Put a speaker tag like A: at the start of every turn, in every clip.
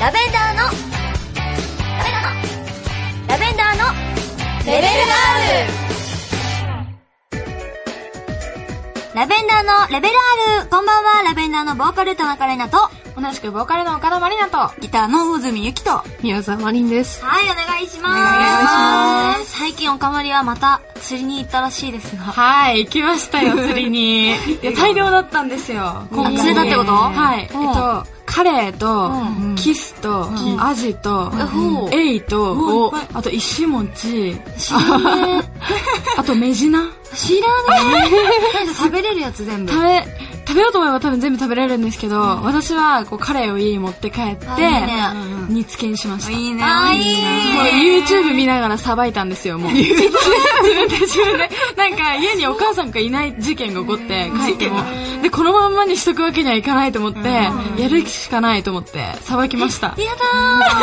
A: ラベンダーのラベンダーのレベルガールラベンダーのレベルガールこんばんは、ラベンダーのボーカル田中玲奈と、
B: 同じくボーカルの岡田まりなと、
C: ギターの大泉ゆきと、
B: 宮沢まりんです。
A: はい、お願いします。
C: 願いします
A: 最近おかまりはまた釣りに行ったらしいですが。
B: はい、行きまし たよ、釣りに。いや、大量だったんですよ、今回。
A: 釣れたってこと
B: はい。えっ
A: うん
B: と、カレイと
A: う、
B: キスと、アジと
A: ほう、
B: エイと、
A: う
B: おあと石餅、
A: 知らね
B: あとメジナ。
A: え。知らねえ。なんか 食べれるやつ全部。
B: 食べ、食べようと思えば多分全部食べれるんですけど、私はこうカレイを家に持って帰って
A: あいいね、
B: 煮付けにしました。
C: いいね。
A: あ、いい
B: もう
A: ね。
B: YouTube 見ながらさばいたんですよ、もう。 自分で自分で。なんか家にお母さんがいない事件が起こって、帰っても。で、このまんまにしとくわけにはいかないと思って、やるしかないと思って、さばきました。
A: や だ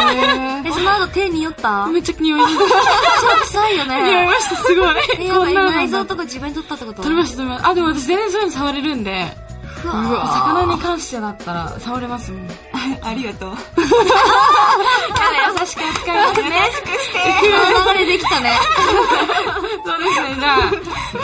A: ー。え、その後手に酔った
B: めっちゃ 匂い、匂い
A: 超臭いよね。
B: ました、すごい。
A: え、や
B: こ
A: ば
B: ん
A: い、
B: なの
A: 内臓とか自分で取ったってこと
B: 取れました、取れました。あ、でも私全然そういうの触れるんで、
A: う
B: お
A: わ
B: 魚に関してだったら触れますもん。
C: ありがとう。
B: 優しく扱いますね。
A: この流れできたね。
B: そうですね、じゃあ。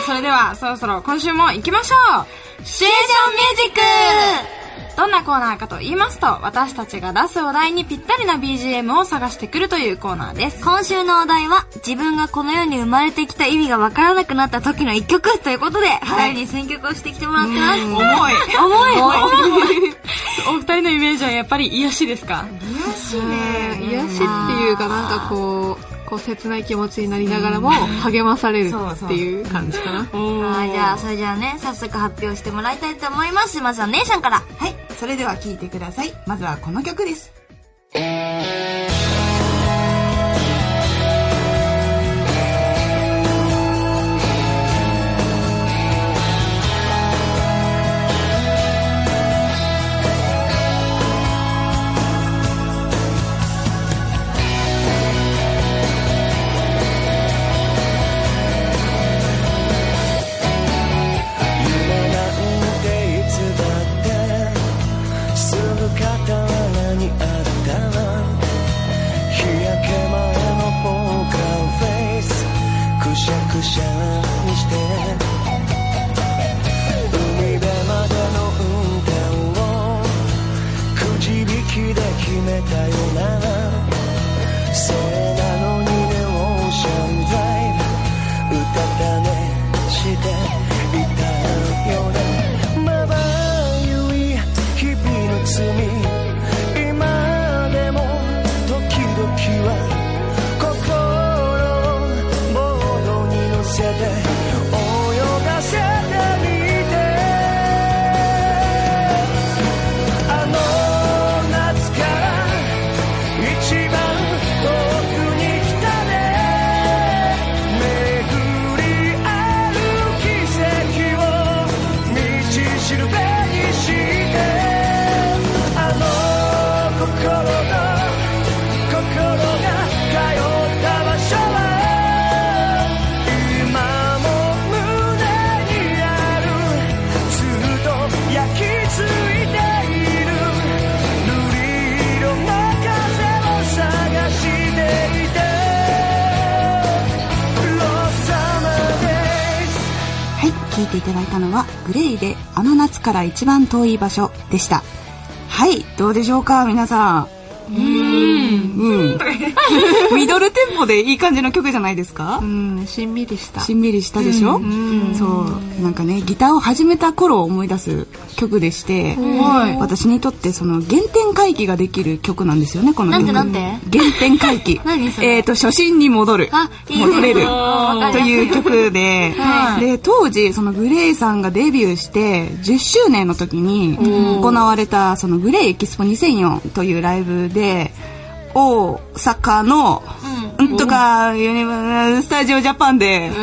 B: それでは、そろそろ今週も行きましょうシチュエーションミュージックどんなコーナーかと言いますと、私たちが出すお題にぴったりな BGM を探してくるというコーナーです。
A: 今週のお題は、自分がこの世に生まれてきた意味がわからなくなった時の一曲ということで、二人に選曲をしてきてもらってます。重い。重い。
B: お二人のイメージはやっぱり癒しですか
D: 癒しっていうかなんかこう、こう切ない気持ちになりながらも励まされるっていう感じかな。
A: はい、じゃあ、それじゃあね、早速発表してもらいたいと思います。まずは姉さんから。
C: はい、それでは聴いてください。まずはこの曲です。
E: なんていつだってすぐ傍らにあったな日焼け前のポーカーフェイスくしゃくしゃにして海辺までの運転をくじ引きで決めたよなそれなのにねオーシャンドライブうたたねしていたよねまばゆい日々の罪今でも時々は心をボードに乗せて泳がせてみてあの夏から一番遠くに来たね巡り合う奇跡を導き出しるべにしてあの心が心が通った場所は今も胸にあるずっと焼き付いている瑠璃色の風を探していて
F: は
E: Los Amades
F: い、聞いていただいたのは、グレイで、あの夏から一番遠い場所でした。はい、どうでしょうか、皆さん。 うん。ミドルテンポでいい感じの曲じゃないですか
D: うん、しんみりした。
F: しんみりしたでしょそう、なんかね、ギターを始めた頃を思い出す曲でして、私にとってその原点回帰ができる曲なんですよね、この曲。
A: なんてなん。
F: 原点回帰
A: 何それ
F: えっと、初心に戻る。
A: あ、いいね。
F: 戻れる
A: わか
F: と
A: りや
F: いう曲で、
A: はい
F: で、当時、そのグレイさんがデビューして10周年の時に行われた、そのグレイエキスポ2004というライブで、大阪の、うんとか、ユニバースタジオジャパンで、で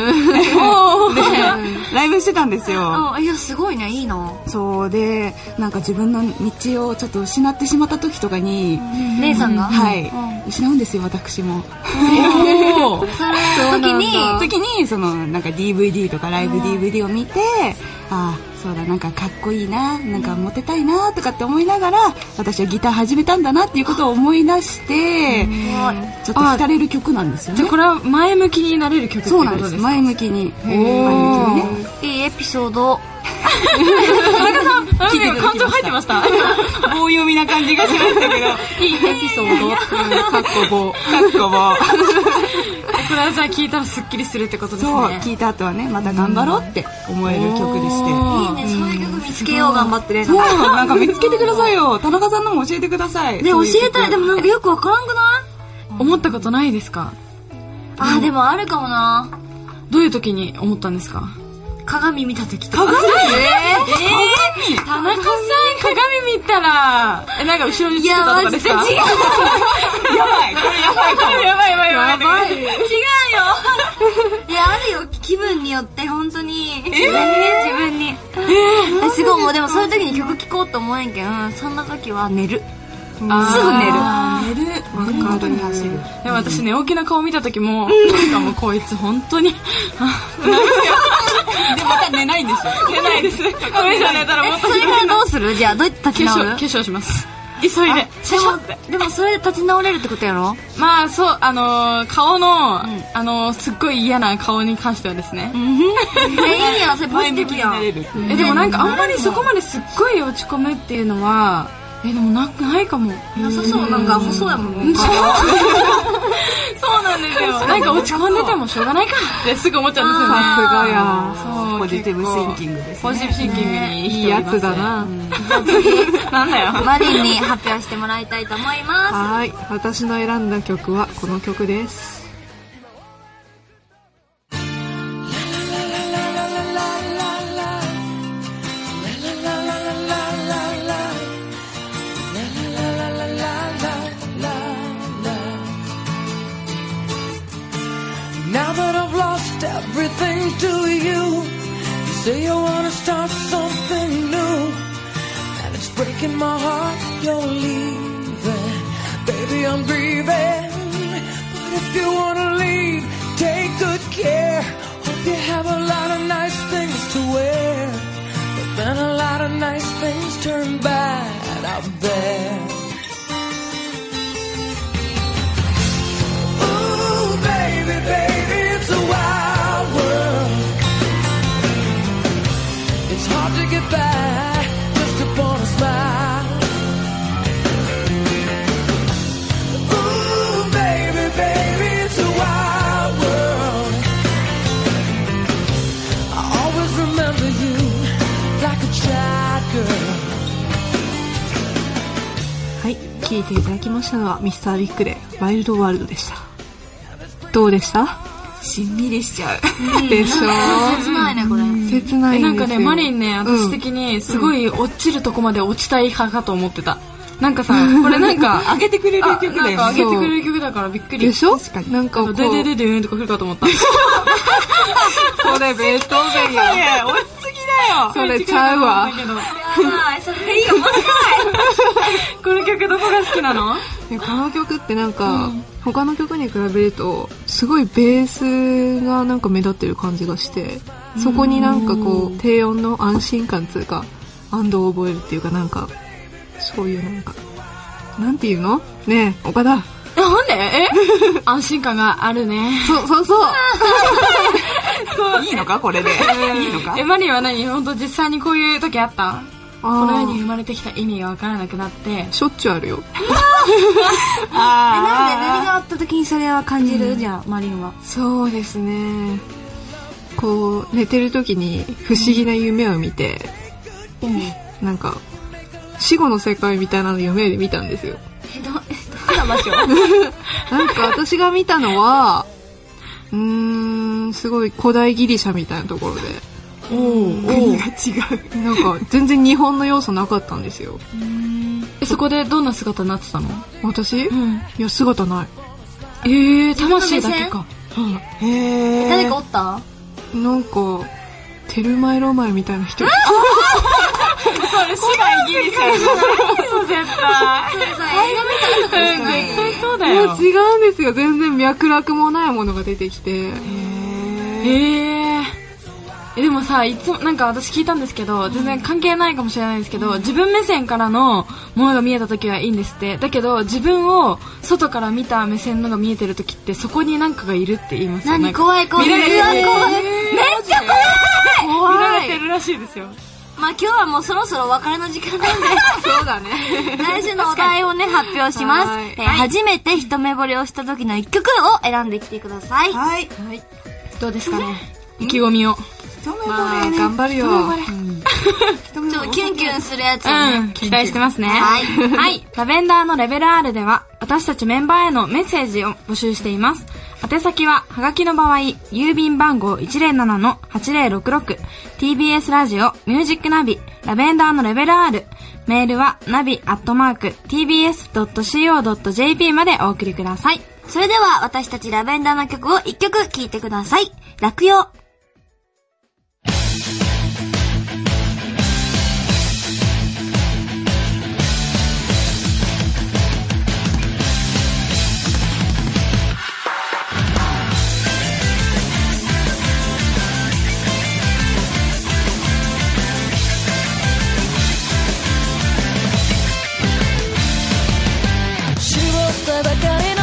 F: ライブしてたんですよ。
A: すい。あ、いや、すごいね、いいな。
F: そうで、なんか自分の道をちょっと失ってしまった時とかに、
A: 姉さんが
F: はい、
A: う
F: 失うんですよ、私も。
A: それの時に、
F: 時にそのなんか DVD とかライブ DVD を見てああそうだなんかかっこいいななんかモテたいなとかって思いながら私はギター始めたんだなっていうことを思い出してちょっと惹かれる曲なんですよ
B: じゃあ
F: ね
B: これは前向きになれる曲ってい
F: そう
B: う
F: な
B: こ
F: ん
B: と
F: で
B: ですすか
F: 前向きに前
B: おー
F: 向き にね
A: いいエピソード。
B: あでも感情入ってました
C: 棒読みな感じがしましたけど。
D: いいエピソードかっこ
C: かっこ棒。
B: これはじゃあ聞いたらスッキリするってことですね
F: そう聞いた後はねまた頑張ろうって思える曲でして
A: いいね、そういう曲見つけよう頑張ってね。
F: そうなんか見つけてくださいよ田中さんのも教えてください
A: で、
F: そ
A: 教
F: ういう曲
A: えたい。でもなんかよくわからんくない
B: 思ったことないですか
A: あー、でもあるかもな。
B: どういう時に思ったんですか
A: 鏡見た時とか。
B: 田中さん鏡見たらえなんか後ろにつ
A: い
B: け
A: や、
B: たと
A: マ
B: か
A: ジ
B: で
A: です違う
B: か。やばいやばいやばいやばい
A: 違うよ。いや、あるよ。気分によって、本当に。自分にね、自分に。えすごい、もうでもそういう時に曲聴こうと思えんけん、うんそんな時は寝る。すぐ寝る。
F: 本当に走る
B: でも私寝起きの顔見た時も、なんかもうこいつ本当に、
C: で、また寝ないんでしょ。
B: 寝ない です。これ以上寝たらもっと
A: それからどうするじゃあ、どうやって立
B: 化
A: ち直
B: 粧、
A: る
B: 化粧します。急いで。シャシャって。
A: でも、それで立ち直れるってことやろ
B: まあそう、あのー顔の、あのーすっごい嫌な顔に関してはですね。
A: いや、いいやん、それポジティブやん。
B: え、でもなんかあんまりそこまですっごい落ち込むっていうのは、え、でもなくないかも。
A: なさそう、なんか細やもんね。
B: そうなんですよ。 なんか落ち込んでてもしょうがないかってすぐ思っちゃうんですよね。
D: さ
B: すがや。そう、
C: ポジティブ
B: 結構
C: シンキングですね
B: ポジティブシンキングに
D: い
B: い
D: いやつだ。な。
B: なんだよ。
A: マリンに発表してもらいたいと思いま
D: はい。私の選んだ曲はこの曲です。
E: Now that I've lost everything to you, you say you wanna start something new, and it's breaking my heart you're leaving. Baby, I'm grieving, but if you wanna leave, take good care. Hope you have a lot of nice things to wear, but then a lot of nice things turn bad out there. Ooh, baby, baby, it's a wild world. It's hard to get by just upon a smile. Ooh, baby, baby, it's a wild world. I always remember you like a child girl.
D: はい。聴いていただきましたのは Mr. ビッグでワイルドワールドでした。どうでした
C: しんみりしちゃう。
D: でしょ
A: す。切ないね、これ。
D: う。切ない
B: え
D: んで
B: なん
D: すよ。
B: かね、マリンね、私的にすごい落ちるとこまで落ちたい派かと思ってた。なんかさ、これなん か、
C: 上げてくれる
B: あ
C: 曲
B: な
C: だ
B: ん
C: よ
B: か
C: ね。
B: 上げてくれる曲だからびっくり。
D: でしょなんかこう、
B: ででででーんとか来るかと 思った。
D: それベストベン
C: 落ちすぎ
D: よ。
C: だよ。
D: それちゃうわ。
A: あー、それいいよ、もう
B: この曲どこが好きなの
D: でこの曲ってなんか、他の曲に比べるとすごいベースがなんか目立ってる感じがしてそこになんかこう低音の安心感つうか安堵を覚えるっていうかなんかそういうなんかなんていうのねえ 岡田
B: なんでえ 安心感があるね。
D: そうそうそう
C: いいのかこれで。いいのか
B: え、マリンは何本当実際にこういう時あった この世に
D: あ
B: 生まれてきた意味がわからなくなって
D: あ。しょっちゅうあるよ
C: あ
A: なんで何があった時にそれは感じるじゃん、マリンは。
D: そうですねこう寝てる時に不思議な夢を見て、なんか死後の世界みたいなの夢で見たんですよ
A: え、ど、どんな場所
D: なんか私が見たのは、うーん、すごい古代ギリシャみたいなところで。国が違う。なんか全然日本の要素なかったんですよ。
B: え、そこでどんな姿になってたの
D: 私、
B: ん
D: いや、姿ない。
B: えー、魂だけか。
C: ーへ
A: 誰かおった
D: なんか、テルマエロマエみたいな人。あ
A: それさ、映画見たらとかです
B: 絶
A: かね。
B: 対そうだ
D: も
B: よ
D: う。違うんですよ。全然脈絡もないものが出てきて。
B: えー。えでもさいつもなんか私聞いたんですけど全然関係ないかもしれないですけど、自分目線からのものが見えた時はいいんですってだけど自分を外から見た目線のが見えてる時ってそこに何かがいるって言いますよ
A: 何
B: なんか
A: 怖い怖い。
B: 見られてる
A: うわ怖い。めっちゃ怖い
B: 見られてるらしいですよ
A: まあ今日はもうそろそろお別れの時間なん で。
D: そうだね。
A: 来週のお題をね、発表します
D: はい。
A: えー初めて一目惚れをした時の一曲を選んできてください。
G: はい。
B: どうですかね意気込みを
G: 一目
D: ま
G: 惚
D: あ、
G: れね。
D: 頑張るよ。
G: 一目
A: ちょっ
G: 惚れ。
A: とキュンキュンするやつをね。
B: うん、期待してますね。
A: はい
B: はい。ラベンダーのレベル R では、私たちメンバーへのメッセージを募集しています。宛先は、はがきの場合、郵便番号107-8066、TBS ラジオ、ミュージックナビ、ラベンダーのレベル R、メールは、ナビアットマーク、tbs.co.jp までお送りください。
A: それでは私たちラベンダーの曲を一曲聴いてください。落葉。
F: 絞ったばかりの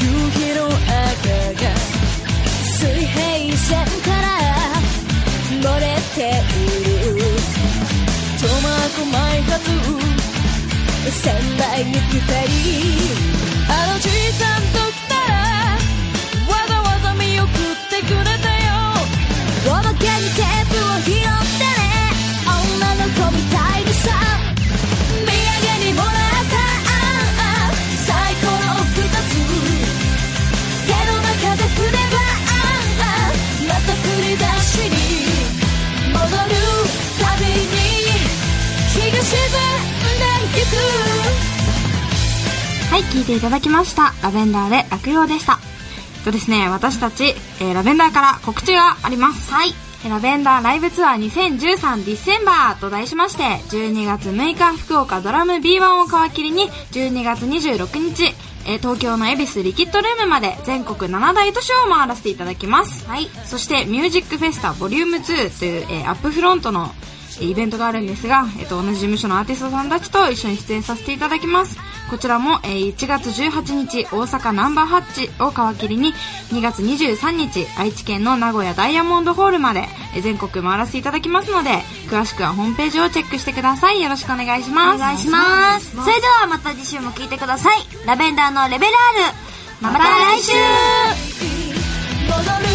F: 夕日の赤が水平線から漏れている苫小牧発仙台行きたいあのじいさんと来たらわざわざ見送ってくれたよおまけにテープを拾ってね女の子みたいにさ土産にもらった最高の二つ手の中で振ればまた振り出しに戻るたびに日が沈んでいく
B: はい、聞いていただきました。ラベンダーで落葉でした。えっとですね、私たち、えーラベンダーから告知があります。はい。ラベンダーライブツアー2013ディセンバーと題しまして、12月6日福岡ドラム B1 を皮切りに、12月26日、えー東京の恵比寿リキッドルームまで全国7大都市を回らせていただきます。はい。そして、ミュージックフェスタボリューム2という、えーアップフロントのえーイベントがあるんですが、えっと、同じ事務所のアーティストさんたちと一緒に出演させていただきます。こちらも、えー1月18日、大阪ナンバーハッチを皮切りに、2月23日、愛知県の名古屋ダイヤモンドホールまで、えー全国回らせていただきますので、詳しくはホームページをチェックしてください。よろしくお願いします。
A: お願いします。それではまた次週も聴いてください。ラベンダーのレベル R。また来週
F: 戻る